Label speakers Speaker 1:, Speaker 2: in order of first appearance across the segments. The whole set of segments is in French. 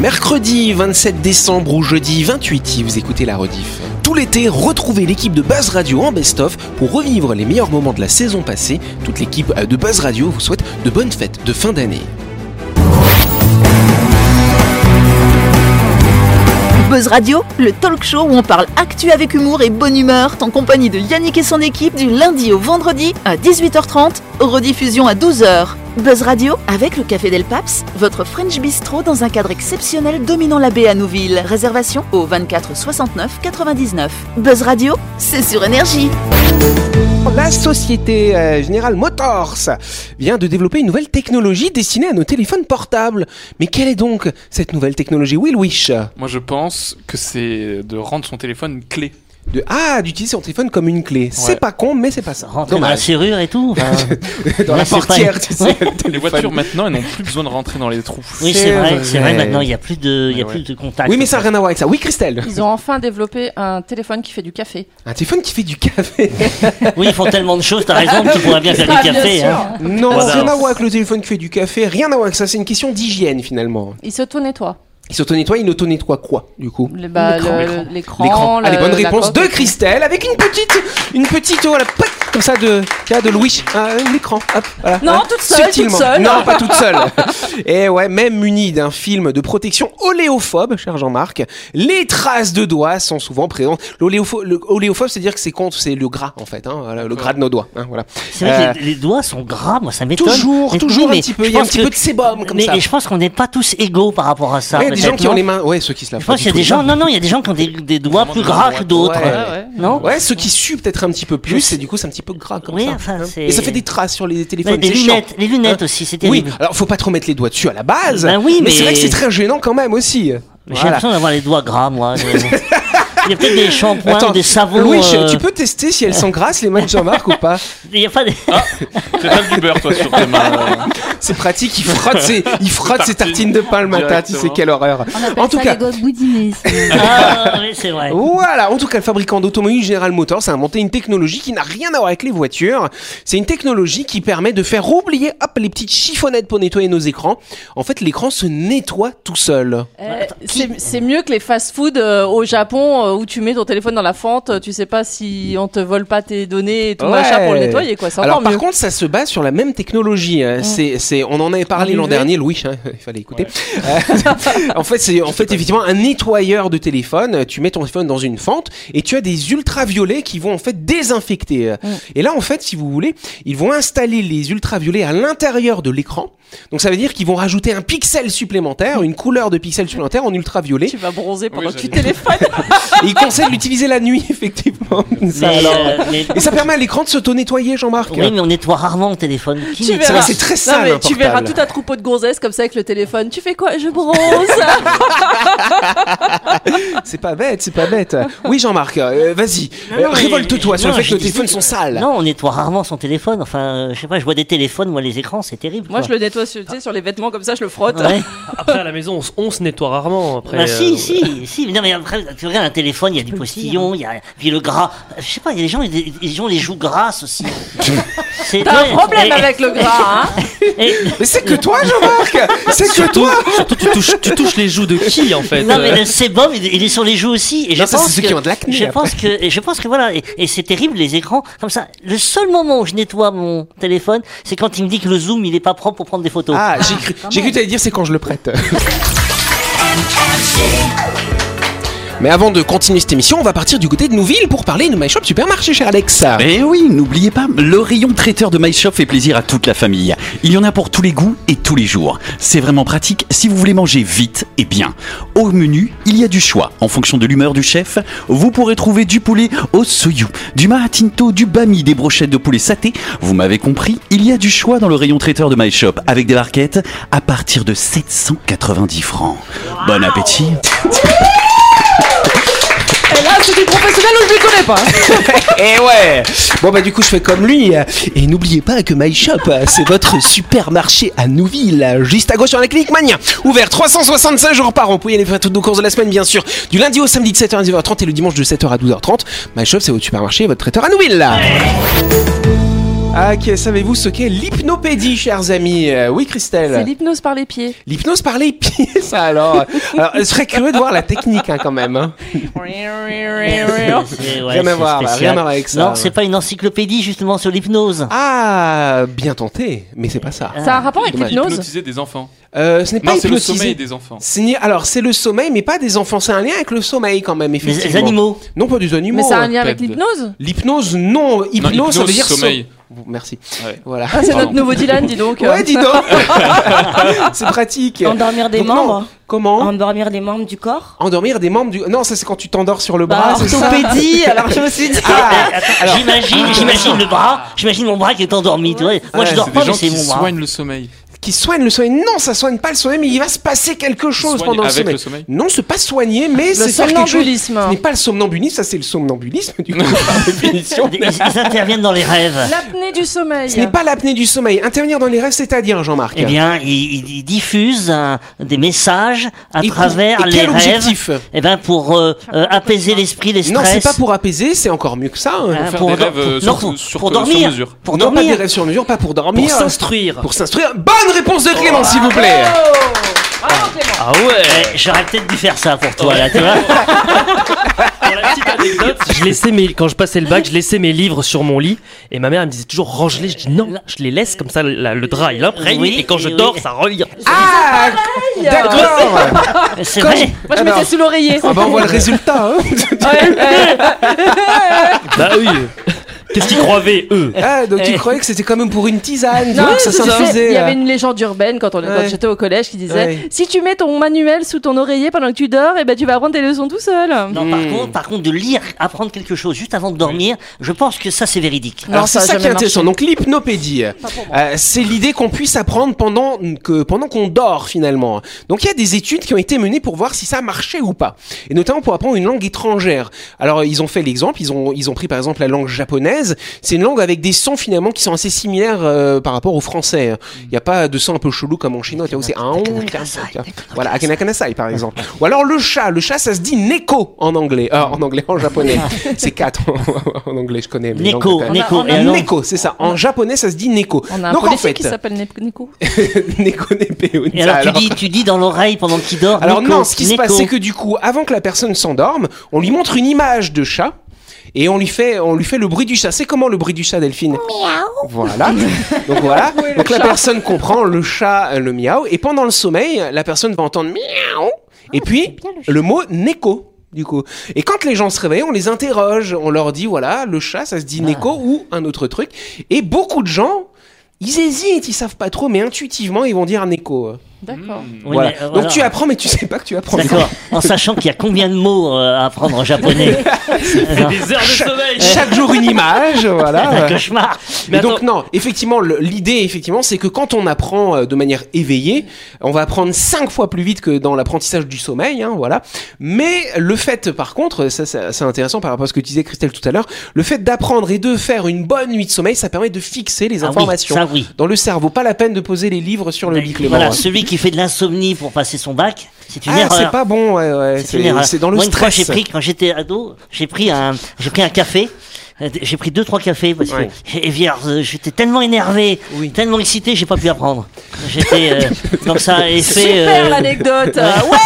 Speaker 1: Mercredi 27 décembre ou jeudi 28 si vous écoutez la rediff. Tout l'été, retrouvez l'équipe de Buzz Radio en best-of pour revivre les meilleurs moments de la saison passée. Toute l'équipe euh, de Buzz Radio vous souhaite de bonnes fêtes de fin d'année.
Speaker 2: Buzz Radio, le talk show où on parle actu avec humour et bonne humeur, en compagnie de Yannick et son équipe du lundi au vendredi à 18h30, rediffusion à 12h. Buzz Radio avec le Café Del Paps, votre French Bistro dans un cadre exceptionnel dominant la baie à Nouville. Réservation au 24 69 99. Buzz Radio, c'est sur énergie.
Speaker 1: La société euh, General Motors vient de développer une nouvelle technologie destinée à nos téléphones portables. Mais quelle est donc cette nouvelle technologie Will Wish
Speaker 3: Moi, je pense que c'est de rendre son téléphone une clé.
Speaker 1: de ah d'utiliser son téléphone comme une clé. C'est pas con, mais c'est pas ça.
Speaker 4: Rentrer dans la serrure et tout. enfin,
Speaker 1: Dans
Speaker 4: là,
Speaker 1: la
Speaker 4: c'est pas-
Speaker 1: portière, tu sais,
Speaker 4: Ouais.
Speaker 1: le
Speaker 3: Les
Speaker 1: téléphone.
Speaker 3: voitures maintenant, elles n'ont plus besoin de rentrer dans les trous.
Speaker 4: Oui,
Speaker 1: C'est
Speaker 4: c'est vrai, c'est
Speaker 1: vrai.
Speaker 4: vrai. Maintenant, il n'y a plus de, il y a
Speaker 3: Ouais,
Speaker 4: plus de contact.
Speaker 1: Oui, mais ça n'a rien à voir avec ça. Oui, Christelle.
Speaker 5: Ils ont enfin développé un téléphone qui fait du café.
Speaker 1: Un téléphone qui fait du café.
Speaker 4: Oui, ils font tellement de choses. T'as raison, tu pourrais bien faire
Speaker 5: Ah,
Speaker 4: du
Speaker 5: bien
Speaker 4: café.
Speaker 5: sûr.
Speaker 4: hein.
Speaker 1: Non,
Speaker 4: Voilà.
Speaker 1: rien à voir avec le téléphone qui fait du café. Rien à voir avec ça. C'est une question d'hygiène finalement.
Speaker 5: Ils s'auto-nettoient.
Speaker 1: Il s'auto-nettoie, il auto-nettoie quoi du coup
Speaker 5: Le- bah, le- le-
Speaker 1: L'écran.
Speaker 5: L'écran,
Speaker 1: Allez,
Speaker 5: le-
Speaker 1: bonne
Speaker 5: la
Speaker 1: réponse
Speaker 5: coque.
Speaker 1: de Christelle avec une petite, une petite, oh, la patte comme ça de, tiens, de Louis, Ah, euh, l'écran. Hop, voilà.
Speaker 5: Non,
Speaker 1: Voilà.
Speaker 5: toute seule, toute
Speaker 1: Subtilement.
Speaker 5: seule.
Speaker 1: Non, pas toute seule. Et ouais, même muni d'un film de protection oléophobe, cher Jean-Marc, les traces de doigts sont souvent présentes. L'oléopho- le- Oléophobe, c'est-à-dire que c'est contre, c'est le gras en fait, hein, voilà, le gras de nos doigts. hein, voilà.
Speaker 4: C'est vrai
Speaker 1: Euh,
Speaker 4: que les, les doigts sont gras. Moi, ça m'étonne.
Speaker 1: Toujours,
Speaker 4: Mais-
Speaker 1: toujours
Speaker 4: mais
Speaker 1: un petit peu.
Speaker 4: je
Speaker 1: Il y a un
Speaker 4: pense
Speaker 1: petit
Speaker 4: que-
Speaker 1: peu de sébum comme
Speaker 4: mais
Speaker 1: ça.
Speaker 4: et je pense qu'on n'est pas tous égaux par rapport à ça.
Speaker 1: Ouais, Il y a des gens qui ont les
Speaker 4: honnêtement.
Speaker 1: mains, ouais, ceux qui se la
Speaker 4: Je pense qu'il y a des gens. Non, non, il y a des gens qui ont des, des doigts plus gras que d'autres.
Speaker 1: Ouais.
Speaker 5: Ouais, ouais.
Speaker 4: Non.
Speaker 1: Ouais, ceux qui suent peut-être un petit peu plus, et du coup, c'est un petit peu gras comme
Speaker 4: Oui,
Speaker 1: ça.
Speaker 4: enfin,
Speaker 1: hein.
Speaker 4: c'est-
Speaker 1: et ça fait des traces sur les téléphones.
Speaker 4: Mais Les
Speaker 1: c'est chiant. Hein
Speaker 4: lunettes, les lunettes aussi, c'est
Speaker 1: Oui,
Speaker 4: terrible.
Speaker 1: alors faut pas trop mettre les doigts dessus à la base.
Speaker 4: Ben oui,
Speaker 1: c'est
Speaker 4: mais-
Speaker 1: vrai que c'est très gênant quand même aussi.
Speaker 4: J'ai
Speaker 1: Voilà.
Speaker 4: l'impression d'avoir les doigts gras, moi. Il y a peut-être des shampoings
Speaker 1: Attends,
Speaker 4: ou des savons.
Speaker 1: Louis,
Speaker 4: euh,
Speaker 1: tu peux tester si elles sont grasses les mains de Jean-Marc ou pas
Speaker 4: Il y a pas des...
Speaker 3: C'est pas du beurre, toi, sur tes mains.
Speaker 1: C'est pratique, il frotte ses, il frotte ses tartines
Speaker 3: Tartines.
Speaker 1: de pain le matin, tu sais
Speaker 3: Directement.
Speaker 1: quelle horreur.
Speaker 6: On appelle
Speaker 1: En tout
Speaker 6: ça
Speaker 1: cas-
Speaker 6: les doigts boudinés. ici.
Speaker 4: Ah, oui, c'est vrai.
Speaker 1: Voilà, en tout cas, le fabricant d'automobiles General Motors a inventé une technologie qui n'a rien à voir avec les voitures. C'est une technologie qui permet de faire oublier hop, les petites chiffonnettes pour nettoyer nos écrans. En fait, l'écran se nettoie tout seul.
Speaker 5: Euh, c'est- C'est mieux que les fast-food euh, au Japon euh, où tu mets ton téléphone dans la fente, euh, tu sais pas si on te vole pas tes données et tout
Speaker 1: Ouais.
Speaker 5: machin pour le nettoyer quoi. C'est
Speaker 1: Alors
Speaker 5: encore
Speaker 1: par
Speaker 5: mieux.
Speaker 1: contre, ça se base sur la même technologie.
Speaker 4: Mm.
Speaker 1: hein. C'est, c'est, on en avait parlé l'an
Speaker 5: L'UV.
Speaker 1: dernier, Louis. hein, il fallait écouter. Euh, en fait, c'est en fait effectivement un nettoyeur de téléphone. Tu mets ton téléphone dans une fente et tu as des ultraviolets qui vont en fait désinfecter.
Speaker 4: Mm.
Speaker 1: Et là, en fait, si vous voulez, ils vont installer les ultraviolets à l'intérieur de l'écran. Donc ça veut dire qu'ils vont rajouter un pixel supplémentaire, une couleur de pixel supplémentaire en ultraviolet.
Speaker 5: Tu vas bronzer pendant
Speaker 3: Oui,
Speaker 5: que tu téléphones.
Speaker 1: et ils conseillent de l'utiliser la nuit, effectivement. Ça,
Speaker 4: Mais,
Speaker 1: alors.
Speaker 4: euh, mais-
Speaker 1: Et ça permet à l'écran de s'auto-nettoyer, Jean-Marc.
Speaker 4: Oui, mais on nettoie rarement le téléphone. Qui
Speaker 5: tu
Speaker 4: nettoie
Speaker 5: verras.
Speaker 1: c'est très
Speaker 5: Non,
Speaker 1: sale,
Speaker 5: mais
Speaker 1: un
Speaker 5: Tu verras
Speaker 1: portable.
Speaker 5: tout un troupeau de gonzesses comme ça avec le téléphone. Tu fais quoi Je bronze.
Speaker 1: C'est pas bête, c'est pas bête. Oui, Jean-Marc, euh, vas-y,
Speaker 4: Non, non,
Speaker 1: Euh,
Speaker 4: mais-
Speaker 1: révolte-toi sur
Speaker 4: non,
Speaker 1: le fait que
Speaker 4: j'ai
Speaker 1: nos
Speaker 4: dit-
Speaker 1: téléphones sont sales.
Speaker 4: Non, on nettoie rarement son téléphone. Enfin, euh, je sais pas, je vois des téléphones, moi, les écrans, c'est terrible.
Speaker 5: Moi
Speaker 4: quoi.
Speaker 5: je le nettoie sur, tu sais, sur les vêtements comme ça, je le frotte.
Speaker 4: Ouais.
Speaker 7: Après, à la maison, on, se- on se nettoie rarement. Après,
Speaker 4: Bah,
Speaker 7: euh,
Speaker 4: si, si, si. Mais non, mais après, tu regardes un téléphone, il y a du
Speaker 6: peux le
Speaker 4: postillon, il y a puis le gras. Euh, Je sais pas, il y a des gens, ils, ils ont les joues grasses aussi. C'est
Speaker 5: T'as un
Speaker 4: ouais,
Speaker 5: problème
Speaker 4: et-
Speaker 5: avec le gras, hein
Speaker 4: et-
Speaker 1: Mais c'est que toi, Jean-Marc C'est que toi
Speaker 7: Surtout, tu touches, tu touches les joues de qui en fait
Speaker 4: Non, mais
Speaker 7: euh,
Speaker 4: le sébum, il, il est sur les joues aussi. Et
Speaker 1: Non,
Speaker 4: je
Speaker 1: ça,
Speaker 4: pense
Speaker 1: c'est ceux
Speaker 4: que-
Speaker 1: qui ont de l'acné,
Speaker 4: Je
Speaker 1: après.
Speaker 4: pense que, et je pense que voilà, et, et c'est terrible les écrans comme ça. Le seul moment où je nettoie mon téléphone, c'est quand il me dit que le zoom il est pas propre pour prendre des photos.
Speaker 1: Ah, j'ai cru, j'ai cru que t'allais dire c'est quand je le prête. Mais avant de continuer cette émission, on va partir du côté de Nouville pour parler de My Shop Supermarché, cher Alex.
Speaker 8: Eh oui, n'oubliez pas, le rayon traiteur de MyShop fait plaisir à toute la famille. Il y en a pour tous les goûts et tous les jours. C'est vraiment pratique si vous voulez manger vite et bien. Au menu, il y a du choix. En fonction de l'humeur du chef, vous pourrez trouver du poulet au soyou, du mahatinto, du bami, des brochettes de poulet saté. Vous m'avez compris, il y a du choix dans le rayon traiteur de MyShop avec des barquettes à partir de 790 francs. Bon appétit
Speaker 5: Et là c'est des professionnels où je les connais pas.
Speaker 1: Eh ouais Bon bah du coup je fais comme lui et n'oubliez pas que My Shop c'est votre supermarché à Nouville hein. juste à gauche sur la clinique Mania ouvert 365 jours par an vous pouvez y aller faire toutes nos courses de la semaine bien sûr du lundi au samedi de 7h à 19h30 et le dimanche de 7h à 12h30 My Shop c'est votre supermarché et votre traiteur à Nouville Ah, que- savez-vous ce qu'est l'hypnopédie, chers amis Euh, Oui,
Speaker 5: C'est
Speaker 1: Christelle.
Speaker 5: l'hypnose par les pieds.
Speaker 1: L'hypnose par les pieds, ça alors. alors, je serais curieux de voir la technique hein, quand même. hein.
Speaker 4: C'est- ouais,
Speaker 1: rien
Speaker 4: c'est
Speaker 1: à voir, là, rien
Speaker 4: spécial.
Speaker 1: à voir avec ça.
Speaker 4: Non, c'est pas une encyclopédie justement sur l'hypnose.
Speaker 1: Ah, bien tenté, mais c'est pas ça.
Speaker 5: Ça a un rapport avec
Speaker 1: Ah, Dommage.
Speaker 5: l'hypnose
Speaker 3: Hypnotiser des enfants.
Speaker 1: Euh, ce n'est pas
Speaker 3: Non, c'est le
Speaker 1: hypnotiser.
Speaker 3: sommeil des enfants.
Speaker 1: C'est ni- Alors, c'est le sommeil, mais pas des enfants. C'est un lien avec le sommeil quand même,
Speaker 4: Les,
Speaker 1: effectivement.
Speaker 4: les animaux.
Speaker 1: Non, pas des animaux. euh,
Speaker 5: Mais ça a un lien avec
Speaker 3: Ted.
Speaker 5: l'hypnose
Speaker 1: L'hypnose, non. Hypnose,
Speaker 3: Non, hypnose,
Speaker 1: ça veut dire so-
Speaker 3: sommeil.
Speaker 1: Bon, merci.
Speaker 3: Ouais.
Speaker 1: Voilà.
Speaker 5: Ah, C'est
Speaker 3: Pardon.
Speaker 5: notre nouveau Dylan, dis donc.
Speaker 1: Ouais, dis donc. c'est pratique.
Speaker 6: Endormir des
Speaker 1: Donc, non. Hein
Speaker 6: membres
Speaker 1: Comment
Speaker 6: Endormir des membres du corps
Speaker 1: Endormir des membres du. Non, ça c'est quand tu t'endors sur le
Speaker 6: Bah,
Speaker 1: bras, c'est ça
Speaker 6: orthopédie, alors je me suis dit.
Speaker 1: Ah,
Speaker 4: Attends,
Speaker 1: alors-
Speaker 4: j'imagine, j'imagine le bras, j'imagine mon bras qui est endormi. Tu vois.
Speaker 1: Ouais,
Speaker 4: Moi, je
Speaker 1: Alors,
Speaker 4: dors
Speaker 3: C'est des
Speaker 4: pas, mais
Speaker 3: gens
Speaker 4: c'est
Speaker 3: qui
Speaker 4: mon bras.
Speaker 3: soignent le sommeil.
Speaker 1: Qui soigne le sommeil Non, ça soigne pas le sommeil, mais il va se passer quelque chose
Speaker 3: Soignent
Speaker 1: pendant le
Speaker 3: avec
Speaker 1: sommeil.
Speaker 3: le sommeil.
Speaker 1: Non, c'est pas soigner, mais
Speaker 5: Le
Speaker 1: c'est faire quelque chose.
Speaker 5: somnambulisme.
Speaker 1: Ce n'est pas le somnambulisme, ça c'est le somnambulisme du coup, par définition.
Speaker 4: Ils, ils interviennent dans les rêves.
Speaker 5: L'apnée du sommeil.
Speaker 1: Ce n'est pas l'apnée du sommeil. Intervenir dans les rêves, c'est-à-dire, Jean-Marc
Speaker 4: Eh bien, ils, ils diffusent un- des messages à
Speaker 1: Et pour-
Speaker 4: travers
Speaker 1: et
Speaker 4: les
Speaker 1: quel
Speaker 4: rêves.
Speaker 1: objectif
Speaker 4: Eh ben, pour euh, euh, apaiser l'esprit, les stress.
Speaker 1: Non, c'est pas pour apaiser, c'est encore mieux que ça. hein.
Speaker 4: Hein,
Speaker 3: faire
Speaker 4: pour,
Speaker 3: des
Speaker 4: do-
Speaker 3: rêves, euh,
Speaker 4: non,
Speaker 3: sur-
Speaker 4: pour-
Speaker 3: sur-
Speaker 4: pour
Speaker 3: sur
Speaker 4: dormir.
Speaker 3: mesure.
Speaker 4: Pour
Speaker 1: non, pas
Speaker 4: dormir.
Speaker 1: des rêves sur mesure, pas pour
Speaker 7: Pour
Speaker 1: dormir.
Speaker 7: s'instruire.
Speaker 1: Pour s'instruire. Bonne réponse de Clément, s'il vous plaît.
Speaker 7: Ah ouais.
Speaker 4: Eh, J'aurais peut-être dû faire ça pour toi, là, tu vois.
Speaker 7: Pour la petite anecdote, je laissais mes, quand je passais le bac, je laissais mes livres sur mon lit et ma mère elle me disait toujours range-les. Je dis non, je les laisse comme ça, la- le drap il imprègne
Speaker 4: Oui,
Speaker 7: et quand je
Speaker 4: oui.
Speaker 7: dors, ça relie.
Speaker 1: Ah, d'accord.
Speaker 4: C'est
Speaker 1: Quand
Speaker 4: vrai.
Speaker 5: Moi, je
Speaker 1: Alors-
Speaker 5: mettais sous l'oreiller.
Speaker 1: Ah bah, on voit le résultat. hein.
Speaker 7: Bah oui. Qu'est-ce qu'ils croyaient eux
Speaker 1: Ah, donc tu
Speaker 7: Eh.
Speaker 1: croyais que c'était quand même pour une tisane,
Speaker 5: Non,
Speaker 1: donc ça euh.
Speaker 5: tu sais,
Speaker 1: suffisait.
Speaker 5: il y avait une légende urbaine quand, on- quand
Speaker 1: Ouais.
Speaker 5: j'étais au collège qui disait
Speaker 1: Ouais.
Speaker 5: si tu mets ton manuel sous ton oreiller pendant que tu dors, et ben tu vas apprendre tes leçons tout seul.
Speaker 4: Non,
Speaker 1: Hmm.
Speaker 4: par contre, par contre, de lire, apprendre quelque chose juste avant de dormir, je pense que ça, c'est véridique.
Speaker 1: Alors
Speaker 5: Non, ça
Speaker 1: c'est
Speaker 5: a
Speaker 1: ça qui est
Speaker 5: jamais
Speaker 1: intéressant. Donc l'hypnopédie, euh, c'est l'idée qu'on puisse apprendre pendant que pendant qu'on dort finalement. Donc il y a des études qui ont été menées pour voir si ça marchait ou pas, et notamment pour apprendre une langue étrangère. Alors ils ont fait l'exemple, ils ont ils ont pris par exemple la langue japonaise. C'est une langue avec des sons finalement qui sont assez similaires euh, par rapport au français. Il n'y a pas de sons un peu chelou comme en chinois. tu vois, où C'est un voilà akanakanasai par exemple. Ou alors le chat, le chat ça se dit neko en anglais, Euh, en anglais en japonais. C'est quatre en anglais je connais. mais les
Speaker 4: Neko,
Speaker 1: langues japonaises.
Speaker 4: Neko.
Speaker 1: On
Speaker 4: Et
Speaker 1: a
Speaker 4: alors
Speaker 1: Neko, c'est ça. En japonais, ça se dit Neko.
Speaker 5: On a un
Speaker 1: Donc en
Speaker 5: policier
Speaker 1: fait,
Speaker 5: qui s'appelle Nep- Nico.
Speaker 1: Neko Nepeo,
Speaker 4: Et
Speaker 1: ça,
Speaker 4: alors, tu dis, tu dis dans l'oreille pendant qu'il dort.
Speaker 1: Alors
Speaker 4: Neko,
Speaker 1: non, ce qui se
Speaker 4: Neko.
Speaker 1: passe, c'est que du coup, avant que la personne s'endorme, on lui montre une image de chat. Et on lui fait, on lui fait le bruit du chat. C'est comment le bruit du chat, Delphine Voilà. Donc voilà. Donc la personne comprend le chat, euh, le miaou. Et pendant le sommeil, la personne va entendre miaou. Et puis le, mot neko. Du coup. Et quand les gens se réveillent, on les interroge, on leur dit voilà, le chat, ça se dit neko ou un autre truc. Et beaucoup de gens, ils hésitent, ils savent pas trop, mais intuitivement, ils vont dire neko.
Speaker 5: D'accord.
Speaker 4: Oui,
Speaker 1: Voilà.
Speaker 4: mais, euh,
Speaker 1: Donc
Speaker 4: voilà.
Speaker 1: tu apprends, mais tu sais pas que tu apprends.
Speaker 4: D'accord. En sachant qu'il y a combien de mots euh, à apprendre en japonais. Alors,
Speaker 7: Des heures de sommeil.
Speaker 1: Chaque jour une image,
Speaker 4: un
Speaker 1: voilà.
Speaker 4: cauchemar.
Speaker 1: Mais donc non, effectivement, le- l'idée effectivement, c'est que quand on apprend euh, de manière éveillée, on va apprendre cinq fois plus vite que dans l'apprentissage du sommeil, hein, voilà. Mais le fait, par contre, ça, ça- c'est intéressant par rapport à ce que tu disais Christelle tout à l'heure, le fait d'apprendre et de faire une bonne nuit de sommeil, ça permet de fixer les
Speaker 4: Ah oui,
Speaker 1: informations
Speaker 4: ça oui.
Speaker 1: dans le cerveau. Pas la peine de poser les livres sur le lit. Clément,
Speaker 4: Voilà,
Speaker 1: hein.
Speaker 4: celui qui fait de l'insomnie pour passer son bac, c'est une
Speaker 1: Ah,
Speaker 4: erreur.
Speaker 1: c'est pas bon. ouais, ouais,
Speaker 4: C'est une erreur.
Speaker 1: Euh, c'est c'est dans le
Speaker 4: Moi, une fois,
Speaker 1: stress.
Speaker 4: j'ai pris, quand j'étais ado, j'ai pris un, j'ai pris un café. Euh, J'ai pris deux, trois cafés parce que,
Speaker 1: Ouais.
Speaker 4: et puis, alors, euh, j'étais tellement énervé,
Speaker 1: Oui.
Speaker 4: tellement excité, j'ai pas pu apprendre. J'étais, euh, donc ça a fait,
Speaker 5: Super
Speaker 4: euh,
Speaker 5: l'anecdote. Ouais.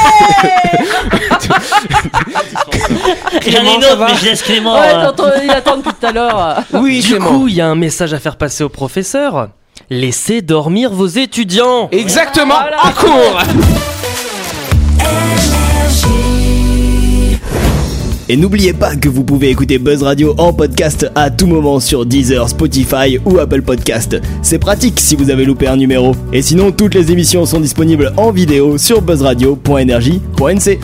Speaker 4: j'en ai
Speaker 1: Clément,
Speaker 4: une
Speaker 1: ça
Speaker 4: autre,
Speaker 1: va
Speaker 4: mais je laisse
Speaker 9: Oh.
Speaker 4: Clément.
Speaker 5: Ouais,
Speaker 4: euh,
Speaker 5: quand on- il attend depuis tout à l'heure.
Speaker 1: Oui,
Speaker 7: Du
Speaker 1: Clément.
Speaker 7: coup, il y a un message à faire passer au professeur. Laissez dormir vos étudiants.
Speaker 1: Exactement.
Speaker 5: Voilà.
Speaker 1: En cours.
Speaker 10: Et n'oubliez pas que vous pouvez écouter Buzz Radio en podcast à tout moment sur Deezer, Spotify ou Apple Podcast. C'est pratique si vous avez loupé un numéro. Et sinon, toutes les émissions sont disponibles en vidéo sur buzzradio.energie.nc.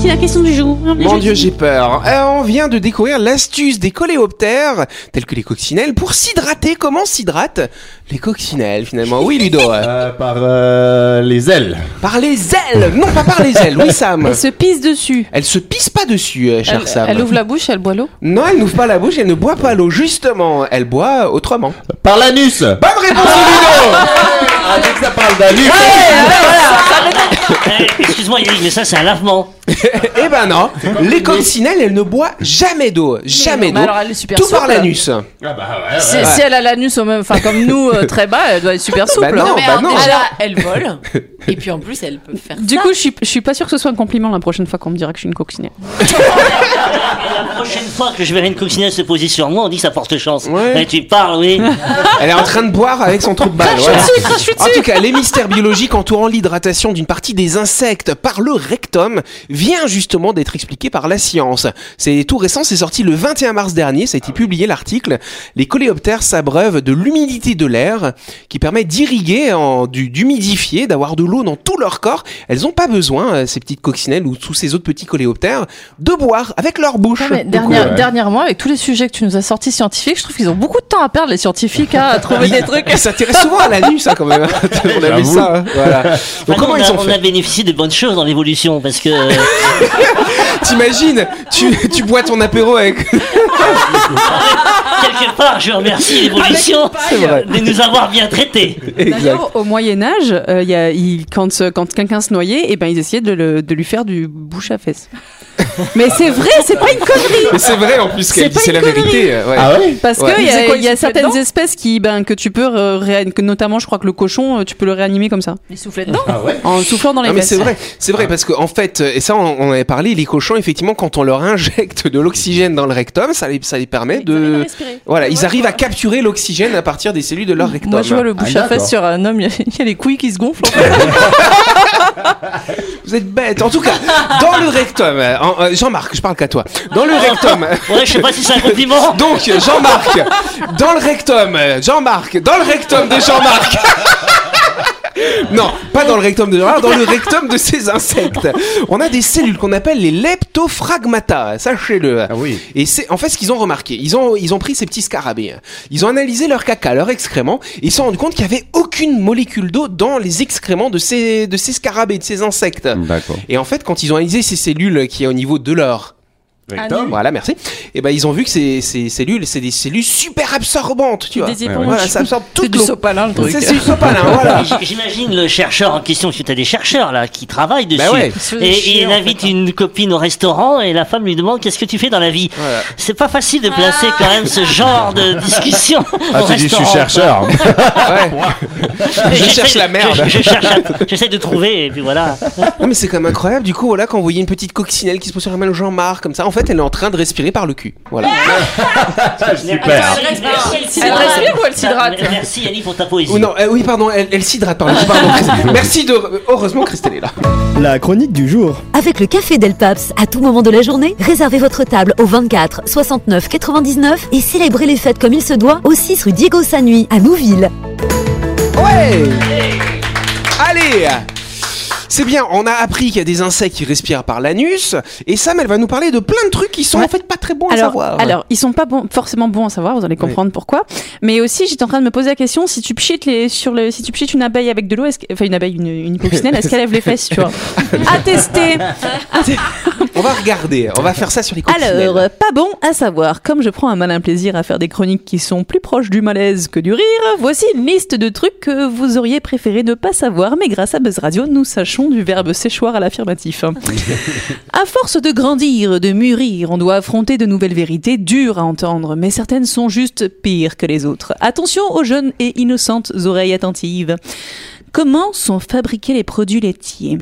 Speaker 9: c'est la question du jour.
Speaker 1: Mon dieu, j'ai peur. Euh, on vient de découvrir l'astuce des coléoptères, tels que les coccinelles, pour s'hydrater. Comment s'hydratent les coccinelles, finalement Oui, Ludo.
Speaker 11: Euh, par euh, les ailes.
Speaker 1: Par les ailes Non, pas par les ailes. Oui, Sam.
Speaker 5: Elle se pisse dessus.
Speaker 1: Elle se pisse pas dessus, euh, cher
Speaker 5: Elle,
Speaker 1: Sam.
Speaker 5: elle ouvre la bouche, elle boit l'eau.
Speaker 1: Non, elle n'ouvre pas la bouche, elle ne boit pas l'eau. Justement, elle boit autrement.
Speaker 11: Par l'anus Bonne
Speaker 1: réponse, Ludo
Speaker 11: Ah, dès que ça parle d'anus
Speaker 4: euh, Excuse-moi, Yannick, mais ça, c'est un lavement.
Speaker 1: Eh ben non, les coccinelles, elles ne boivent jamais d'eau. Jamais
Speaker 5: non,
Speaker 1: d'eau.
Speaker 5: mais alors elle est super
Speaker 1: Tout par
Speaker 5: souple.
Speaker 1: l'anus.
Speaker 11: Ah bah ouais,
Speaker 5: Si,
Speaker 1: ouais.
Speaker 5: si elle a l'anus au même, enfin comme nous euh, très bas, elle doit être super souple.
Speaker 1: Bah non, bah non.
Speaker 12: Déjà, elle vole. Et puis en plus, elle peut faire
Speaker 9: Du coup, je suis, je suis pas sûre que ce soit un compliment la prochaine fois qu'on me dira que je suis une coccinelle.
Speaker 4: La prochaine fois que je verrai une coccinelle se poser sur moi, on dit que ça porte chance. Et tu parles, oui.
Speaker 1: Elle est en train de boire avec son trou de balle.
Speaker 4: Crache
Speaker 1: voilà.
Speaker 4: dessus, crache
Speaker 1: En
Speaker 4: dessus.
Speaker 1: tout cas, les mystères biologiques entourant l'hydratation d'une partie des insectes par le rectum vient justement d'être expliqué par la science. C'est tout récent, c'est sorti le 21 mars dernier, ça a été publié l'article. Les coléoptères s'abreuvent de l'humidité de l'air qui permet d'irriguer, en- du- d'humidifier, d'avoir de l'eau dans tout leur corps. Elles n'ont pas besoin, euh, ces petites coccinelles ou tous ces autres petits coléoptères, de boire avec leur bouche.
Speaker 5: Non, Ah, mais
Speaker 1: Du
Speaker 5: dernière-
Speaker 1: coup, euh,
Speaker 5: Dernièrement, avec tous les sujets que tu nous as sortis scientifiques, je trouve qu'ils ont beaucoup de temps à perdre, les scientifiques, hein, à trouver des trucs.
Speaker 1: Ils s'intéressent souvent à la nuit, ça, quand même. On a vu
Speaker 4: J'avoue.
Speaker 1: ça. hein. Voilà. Donc,
Speaker 4: Par
Speaker 1: comment
Speaker 4: contre,
Speaker 1: ils
Speaker 4: on a-
Speaker 1: ont
Speaker 4: On a
Speaker 1: fait
Speaker 4: bénéficié de bonnes choses dans l'évolution parce que. euh,
Speaker 1: T'imagines tu, tu bois ton apéro avec.
Speaker 4: quelque part, je remercie l'évolution
Speaker 9: Ah,
Speaker 1: C'est vrai.
Speaker 4: de nous avoir bien traités.
Speaker 9: D'ailleurs, au Moyen Âge, euh, il y a- il- quand, euh, quand quelqu'un se noyait, et ben ils essayaient de, le- de lui faire du bouche à fesse. Mais c'est vrai, c'est pas une connerie.
Speaker 1: Mais c'est vrai en plus qu'elle
Speaker 9: C'est
Speaker 1: dit,
Speaker 9: pas
Speaker 1: c'est la
Speaker 9: une
Speaker 1: vérité.
Speaker 9: connerie.
Speaker 1: ouais.
Speaker 9: Parce
Speaker 1: Ouais.
Speaker 9: que il y a, il y a certaines espèces qui, ben, que tu peux, euh, réan- que notamment, je crois que le cochon, euh, tu peux le réanimer comme ça.
Speaker 5: Il soufflait dedans.
Speaker 9: En soufflant dans les
Speaker 1: Ah, mais
Speaker 9: fesses.
Speaker 1: c'est vrai, c'est vrai parce que en fait, et ça on, on avait parlé, les cochons effectivement quand on leur injecte de l'oxygène dans le rectum, ça les, ça les permet de, voilà, ils arrivent à Ah, capturer l'oxygène à partir des cellules de leur rectum.
Speaker 5: Moi, je vois le bouche à fesse sur un homme, il y, a- il y a les couilles qui se gonflent. en fait.
Speaker 1: Vous êtes bête. En tout cas, dans le rectum, euh, en- euh, Jean-Marc, je parle qu'à toi. Dans le rectum.
Speaker 4: Ouais, je sais pas si c'est un compliment.
Speaker 1: Donc, Jean-Marc, dans le rectum, euh, Jean-Marc, dans le rectum de Jean-Marc. Non, pas dans le rectum de Jean-Marc, dans le rectum de ces insectes. On a des cellules qu'on appelle les leptophragmata, sachez-le. Et c'est en fait ce qu'ils ont remarqué. Ils ont, ils ont pris ces petits scarabées. Ils ont analysé leur caca, leur excrément, et ils se sont rendus compte qu'il n'y avait aucune molécule d'eau dans les excréments de ces, de ces scarabées, de ces insectes.
Speaker 8: Mm.
Speaker 11: D'accord.
Speaker 1: Et en fait, quand ils ont analysé ces cellules qui est au niveau de leur
Speaker 5: Ah
Speaker 11: Rectum. Anus.
Speaker 1: Voilà, merci. Et ben ils ont vu que ces, ces cellules, c'est des cellules super absorbantes, tu vois.
Speaker 5: Des éponges.
Speaker 1: Voilà, ça absorbe
Speaker 5: C'est
Speaker 1: toute
Speaker 5: du
Speaker 1: l'eau.
Speaker 5: sopalin, le truc.
Speaker 1: C'est c'est du sopalin, voilà.
Speaker 4: J- J'imagine le chercheur en question, parce que t'as des chercheurs là qui travaillent dessus.
Speaker 1: Bah ouais.
Speaker 4: Et,
Speaker 1: C'est
Speaker 4: et il
Speaker 1: chiant, en
Speaker 4: invite
Speaker 9: hein.
Speaker 4: une copine au restaurant et la femme lui demande qu'est-ce que tu fais dans la vie. C'est pas facile de placer quand même ce genre de discussion.
Speaker 11: Ah,
Speaker 4: au
Speaker 11: tu dis, je
Speaker 4: restaurant,
Speaker 11: suis chercheur.
Speaker 4: quoi.
Speaker 1: Je cherche
Speaker 4: J'essaie-
Speaker 1: la merde.
Speaker 4: je- je cherche la- J'essaie de trouver et puis voilà.
Speaker 1: Non, mais c'est quand même incroyable. Du coup, voilà, quand vous voyez une petite coccinelle qui se pose sur la main de Jean-Marc, comme ça, en fait, elle est en train de respirer par le cul. Voilà.
Speaker 4: Super.
Speaker 5: Elle respire ou elle s'hydrate
Speaker 4: Merci Yannick pour ta poésie.
Speaker 1: Ou non, euh, oui, pardon, elle, elle s'hydrate par le cul. Pardon, Christelle. Merci de. euh, Heureusement, que Christelle est là.
Speaker 10: La chronique du jour.
Speaker 13: Avec le café Del Paps, à tout moment de la journée, réservez votre table au 24 69 99 et célébrez les fêtes comme il se doit au 6 rue Diego Sanui à Nouville.
Speaker 1: Ouais Allez c'est bien, on a appris qu'il y a des insectes qui respirent par l'anus, et Sam, elle va nous parler de plein de trucs qui sont en fait pas très bons à
Speaker 9: alors,
Speaker 1: savoir.
Speaker 9: alors, ils sont pas bons- forcément bons à savoir, vous allez comprendre pourquoi. Mais aussi, j'étais en train de me poser la question si tu pchites les sur le, si tu pchites une abeille avec de l'eau, est-ce que- enfin une abeille, une, une coccinelle, est-ce qu'elle lève les fesses, tu vois À tester.
Speaker 1: On va regarder, on va faire ça sur les coccinelles.
Speaker 9: Alors, euh, pas bon à savoir. Comme je prends un malin plaisir à faire des chroniques qui sont plus proches du malaise que du rire, voici une liste de trucs que vous auriez préféré ne pas savoir, mais grâce à Buzz Radio, nous sachons du verbe séchoir à l'affirmatif. À force de grandir, de mûrir, on doit affronter de nouvelles vérités dures à entendre, mais certaines sont juste pires que les autres. Attention aux jeunes et innocentes oreilles attentives. Comment sont fabriqués les produits laitiers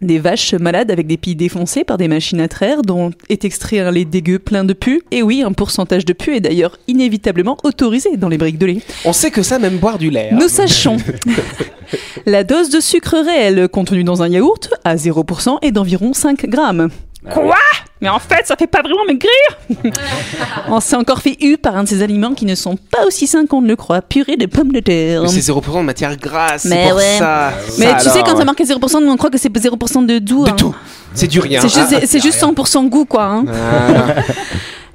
Speaker 9: des vaches malades avec des pieds défoncés par des machines à traire dont est extrait un lait dégueu plein de pu. Et oui, un pourcentage de pu est d'ailleurs inévitablement autorisé dans les briques de lait.
Speaker 1: On sait que ça, même boire du lait. hein.
Speaker 9: Nous sachons. La dose de sucre réel contenue dans un yaourt à 0% est d'environ 5 grammes.
Speaker 1: Ah
Speaker 9: Quoi Mais en fait, ça fait pas vraiment maigrir On s'est encore fait eu par un de ces aliments qui ne sont pas aussi sains qu'on ne le croit, purée de pommes de terre.
Speaker 1: Mais c'est 0% de matière grasse, c'est
Speaker 9: Hum. Mais
Speaker 1: pour
Speaker 9: ouais.
Speaker 1: ça.
Speaker 9: Mais
Speaker 1: Ça,
Speaker 9: tu sais,
Speaker 1: alors.
Speaker 9: quand ça marque 0%, nous on croit que c'est 0% de doux. hein.
Speaker 1: C'est du rien.
Speaker 9: C'est juste,
Speaker 1: Ah,
Speaker 9: c'est juste 100% goût, quoi. hein.
Speaker 1: Ah.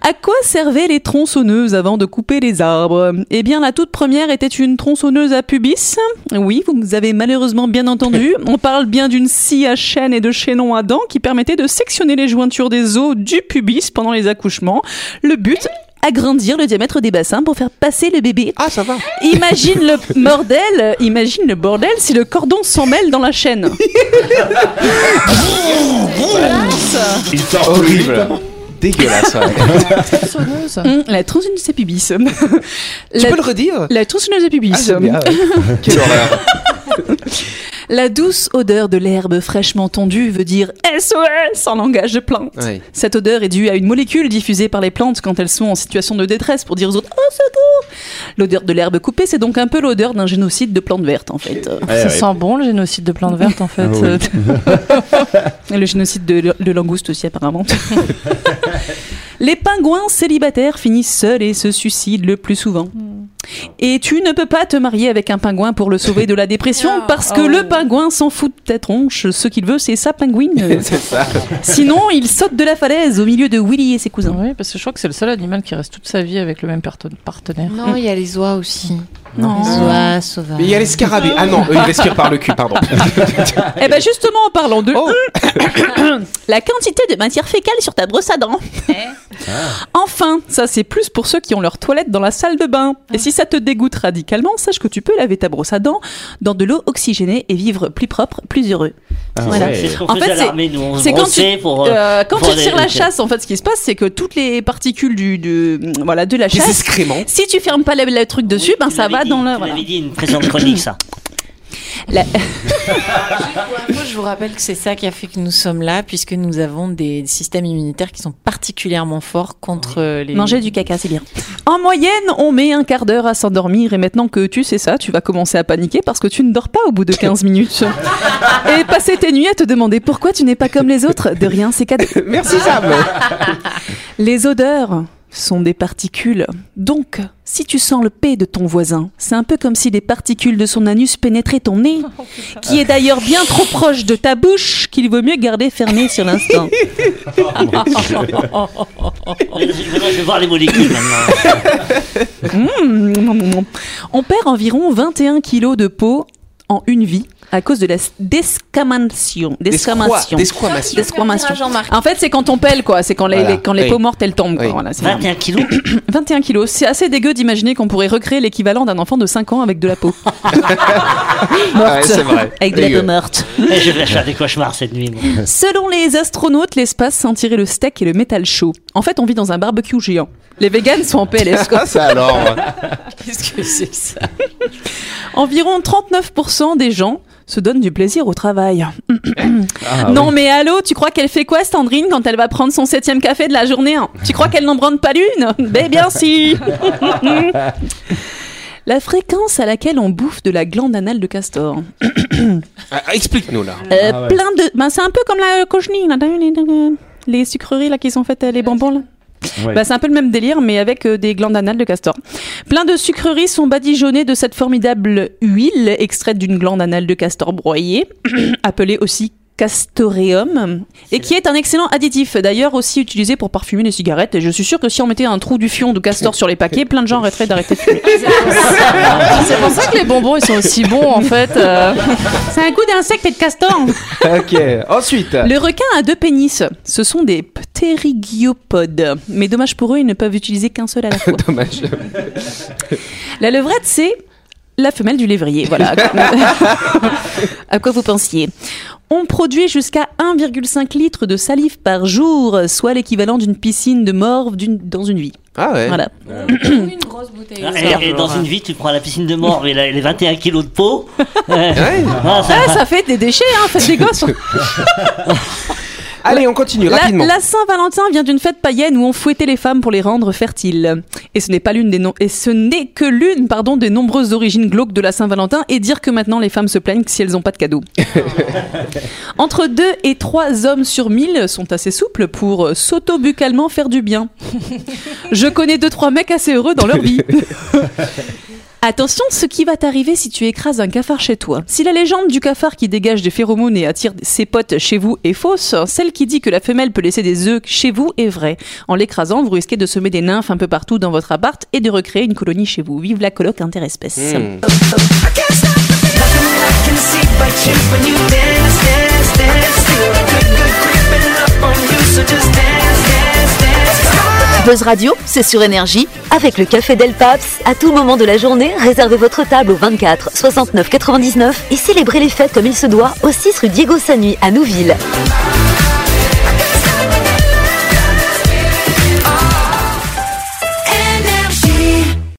Speaker 9: À quoi servaient les tronçonneuses avant de couper les arbres Eh bien, la toute première était une tronçonneuse à pubis. Oui, vous nous avez malheureusement bien entendu. On parle bien d'une scie à chaîne et de chaînon à dents qui permettait de sectionner les jointures des os du pubis pendant les accouchements. Le but agrandir le diamètre des bassins pour faire passer le bébé.
Speaker 1: Ah, ça va.
Speaker 9: Imagine le bordel, euh, imagine le bordel si le cordon s'en mêle dans la chaîne.
Speaker 11: Histoire
Speaker 1: horrible. Dégueulasse, ouais.
Speaker 9: Mm, la tronçonneuse à pubis. tu
Speaker 1: peux le redire
Speaker 9: La tronçonneuse à pubis.
Speaker 1: Ah, j'aime bien, ouais. Quelle horreur.
Speaker 9: La douce odeur de l'herbe fraîchement tondue veut dire SOS en langage de plante.
Speaker 1: Ouais.
Speaker 9: Cette odeur est due à une molécule diffusée par les plantes quand elles sont en situation de détresse pour dire aux autres Au secours L'odeur de l'herbe coupée, c'est donc un peu l'odeur d'un génocide de plantes vertes en fait.
Speaker 5: Ça sent bon le génocide de plantes vertes en fait.
Speaker 9: Ah Et le génocide de, de langoustes aussi, apparemment. Les pingouins célibataires finissent seuls et se suicident le plus souvent.
Speaker 1: Hmm.
Speaker 9: Et tu ne peux pas te marier avec un pingouin pour le sauver de la dépression
Speaker 1: Ah.
Speaker 9: parce
Speaker 1: Oh.
Speaker 9: que le pingouin s'en fout de ta tronche. Ce qu'il veut, c'est sa pinguine.
Speaker 1: C'est ça.
Speaker 9: Sinon, il saute de la falaise au milieu de Willy et ses cousins.
Speaker 5: Oui, parce que je crois que c'est le seul animal qui reste toute sa vie avec le même parto- partenaire.
Speaker 12: Non, il y a les oies aussi.
Speaker 9: Non.
Speaker 12: Les oies sauvages.
Speaker 1: Mais il y a les scarabées. Ah non, eux, ils respirent par le cul, pardon.
Speaker 9: Eh ben justement, en parlant de
Speaker 4: Oh.
Speaker 9: la quantité de matière fécale sur ta brosse à dents.
Speaker 4: Eh.
Speaker 9: Enfin, ça c'est plus pour ceux qui ont leur toilette dans la salle de bain. Et si ça te dégoûte radicalement, sache que tu peux laver ta brosse à dents dans de l'eau oxygénée et vivre plus propre, plus heureux.
Speaker 4: Ah ouais. C'est ce qu'on
Speaker 9: En
Speaker 4: faisait à
Speaker 9: fait, c'est-
Speaker 4: l'armée, nous, on se
Speaker 9: c'est quand tu,
Speaker 4: brossait pour, euh,
Speaker 9: euh, quand
Speaker 4: pour
Speaker 9: tu
Speaker 4: aller-
Speaker 9: tires la
Speaker 4: ok.
Speaker 9: chasse, en fait, ce qui se passe, c'est que toutes les particules du, de, voilà, de la
Speaker 4: Des
Speaker 9: chasse,
Speaker 4: excréments.
Speaker 9: si tu fermes pas le, le truc dessus, ben ça va dans le.
Speaker 4: Vous l'avez dit, une présente chronique, ça.
Speaker 9: La-
Speaker 12: Je vous rappelle que c'est ça qui a fait que nous sommes là, puisque nous avons des systèmes immunitaires qui sont particulièrement forts contre euh, les.
Speaker 9: Manger du caca, c'est bien. En moyenne, on met un quart d'heure à s'endormir et maintenant que tu sais ça, tu vas commencer à paniquer parce que tu ne dors pas au bout de 15 minutes. et passer tes nuits à te demander pourquoi tu n'es pas comme les autres. De rien, c'est cadeau.
Speaker 1: Merci Sam.
Speaker 9: Les odeurs sont des particules. Donc, si tu sens le P de ton voisin, c'est un peu comme si les particules de son anus pénétraient ton nez, qui est d'ailleurs bien trop proche de ta bouche qu'il vaut mieux garder fermé sur l'instant.
Speaker 4: Mais Je maintenant, je vais voir les molécules maintenant.
Speaker 9: Mm, mm, mm, mm. On perd environ 21 kilos de peau en une vie à cause de la s- descamation. Descamation.
Speaker 1: Desquamation.
Speaker 9: Desquamation. En fait, c'est quand on pèle, quoi. C'est quand les,
Speaker 1: Voilà.
Speaker 9: les- quand les
Speaker 1: Oui.
Speaker 9: peaux mortes, elles tombent. quoi.
Speaker 1: Oui. Mmh.
Speaker 9: Voilà, c'est
Speaker 4: 21 kilos
Speaker 9: 21 kilos. C'est assez dégueu d'imaginer qu'on pourrait recréer l'équivalent d'un enfant de 5 ans avec de la peau.
Speaker 8: Ờ,
Speaker 4: Ah ouais, c'est vrai.
Speaker 9: Avec de la
Speaker 4: Dégueu.
Speaker 9: peau morte.
Speaker 4: Eh, Je vais faire des cauchemars cette nuit. moi.
Speaker 9: Selon les astronautes, l'espace sentirait le steak et le métal chaud. En fait, on vit dans un barbecue géant. Les véganes sont en PLS, quoi.
Speaker 1: Ça alors.
Speaker 12: Qu'est-ce que c'est ça
Speaker 9: Environ 39% des gens se donnent du plaisir au travail. non mais allô, tu crois qu'elle fait quoi Sandrine quand elle va prendre son septième café de la journée hein Tu crois qu'elle n'en brande pas l'une Ben bien si La fréquence à laquelle on bouffe de la glande anale de castor. Euh,
Speaker 1: Ah, Explique-nous là.
Speaker 9: Plein de... Ben, c'est un peu comme la euh, cochenille, là. les sucreries là qui sont faites, euh, les bonbons là.
Speaker 1: Ouais.
Speaker 9: Bah, c'est un peu le même délire, mais avec euh, des glandes anales de castor. Plein de sucreries sont badigeonnées de cette formidable huile extraite d'une glande anale de castor broyée, appelée aussi castoreum, et qui est un excellent additif, d'ailleurs aussi utilisé pour parfumer les cigarettes. Et je suis sûre que si on mettait un trou du fion de castor sur les paquets, plein de gens arrêteraient d'arrêter de fumer.
Speaker 5: C'est pour ça que les bonbons ils sont aussi bons en fait. euh.
Speaker 9: C'est un goût d'insecte et de castor.
Speaker 1: ok. Ensuite.
Speaker 9: Le requin a deux pénis. Ce sont des pterygiopodes. Mais dommage pour eux, ils ne peuvent utiliser qu'un seul à la fois.
Speaker 1: Dommage.
Speaker 9: La levrette, c'est la femelle du lévrier. Voilà. à quoi vous pensiez On produit jusqu'à 1,5 litre de salive par jour, soit l'équivalent d'une piscine de morve d'une- dans une vie.
Speaker 1: Ah ouais.
Speaker 9: Voilà.
Speaker 12: Une grosse bouteille.
Speaker 4: Et, et dans une vie, tu prends la piscine de mort et la- les 21 kilos de peau. Euh, non,
Speaker 9: Ah, ça fait des déchets, hein, faites des gosses.
Speaker 1: Allez, on continue
Speaker 9: La-
Speaker 1: rapidement.
Speaker 9: La, Saint-Valentin vient d'une fête païenne où on fouettait les femmes pour les rendre fertiles. Et ce n'est pas l'une des no- et ce n'est que l'une pardon des nombreuses origines glauques de la Saint-Valentin et dire que maintenant les femmes se plaignent si elles n'ont pas de cadeaux. Entre 2 et 3 hommes sur 1000 sont assez souples pour euh, s'auto-buccalement faire du bien. Je connais 2-3 mecs assez heureux dans leur vie. Attention, ce qui va t'arriver si tu écrases un cafard chez toi. Si la légende du cafard qui dégage des phéromones et attire ses potes chez vous est fausse, celle qui dit que la femelle peut laisser des œufs chez vous est vraie. En l'écrasant, vous risquez de semer des nymphes un peu partout dans votre appart et de recréer une colonie chez vous. Vive la coloc interespèce.
Speaker 14: Hmm.
Speaker 2: Buzz Radio, c'est sur Énergie.
Speaker 13: Avec le café Del Paps, à tout moment de la journée, réservez votre table au 24 69 99 et célébrez les fêtes comme il se doit au 6 rue Diego Sanui à Nouville.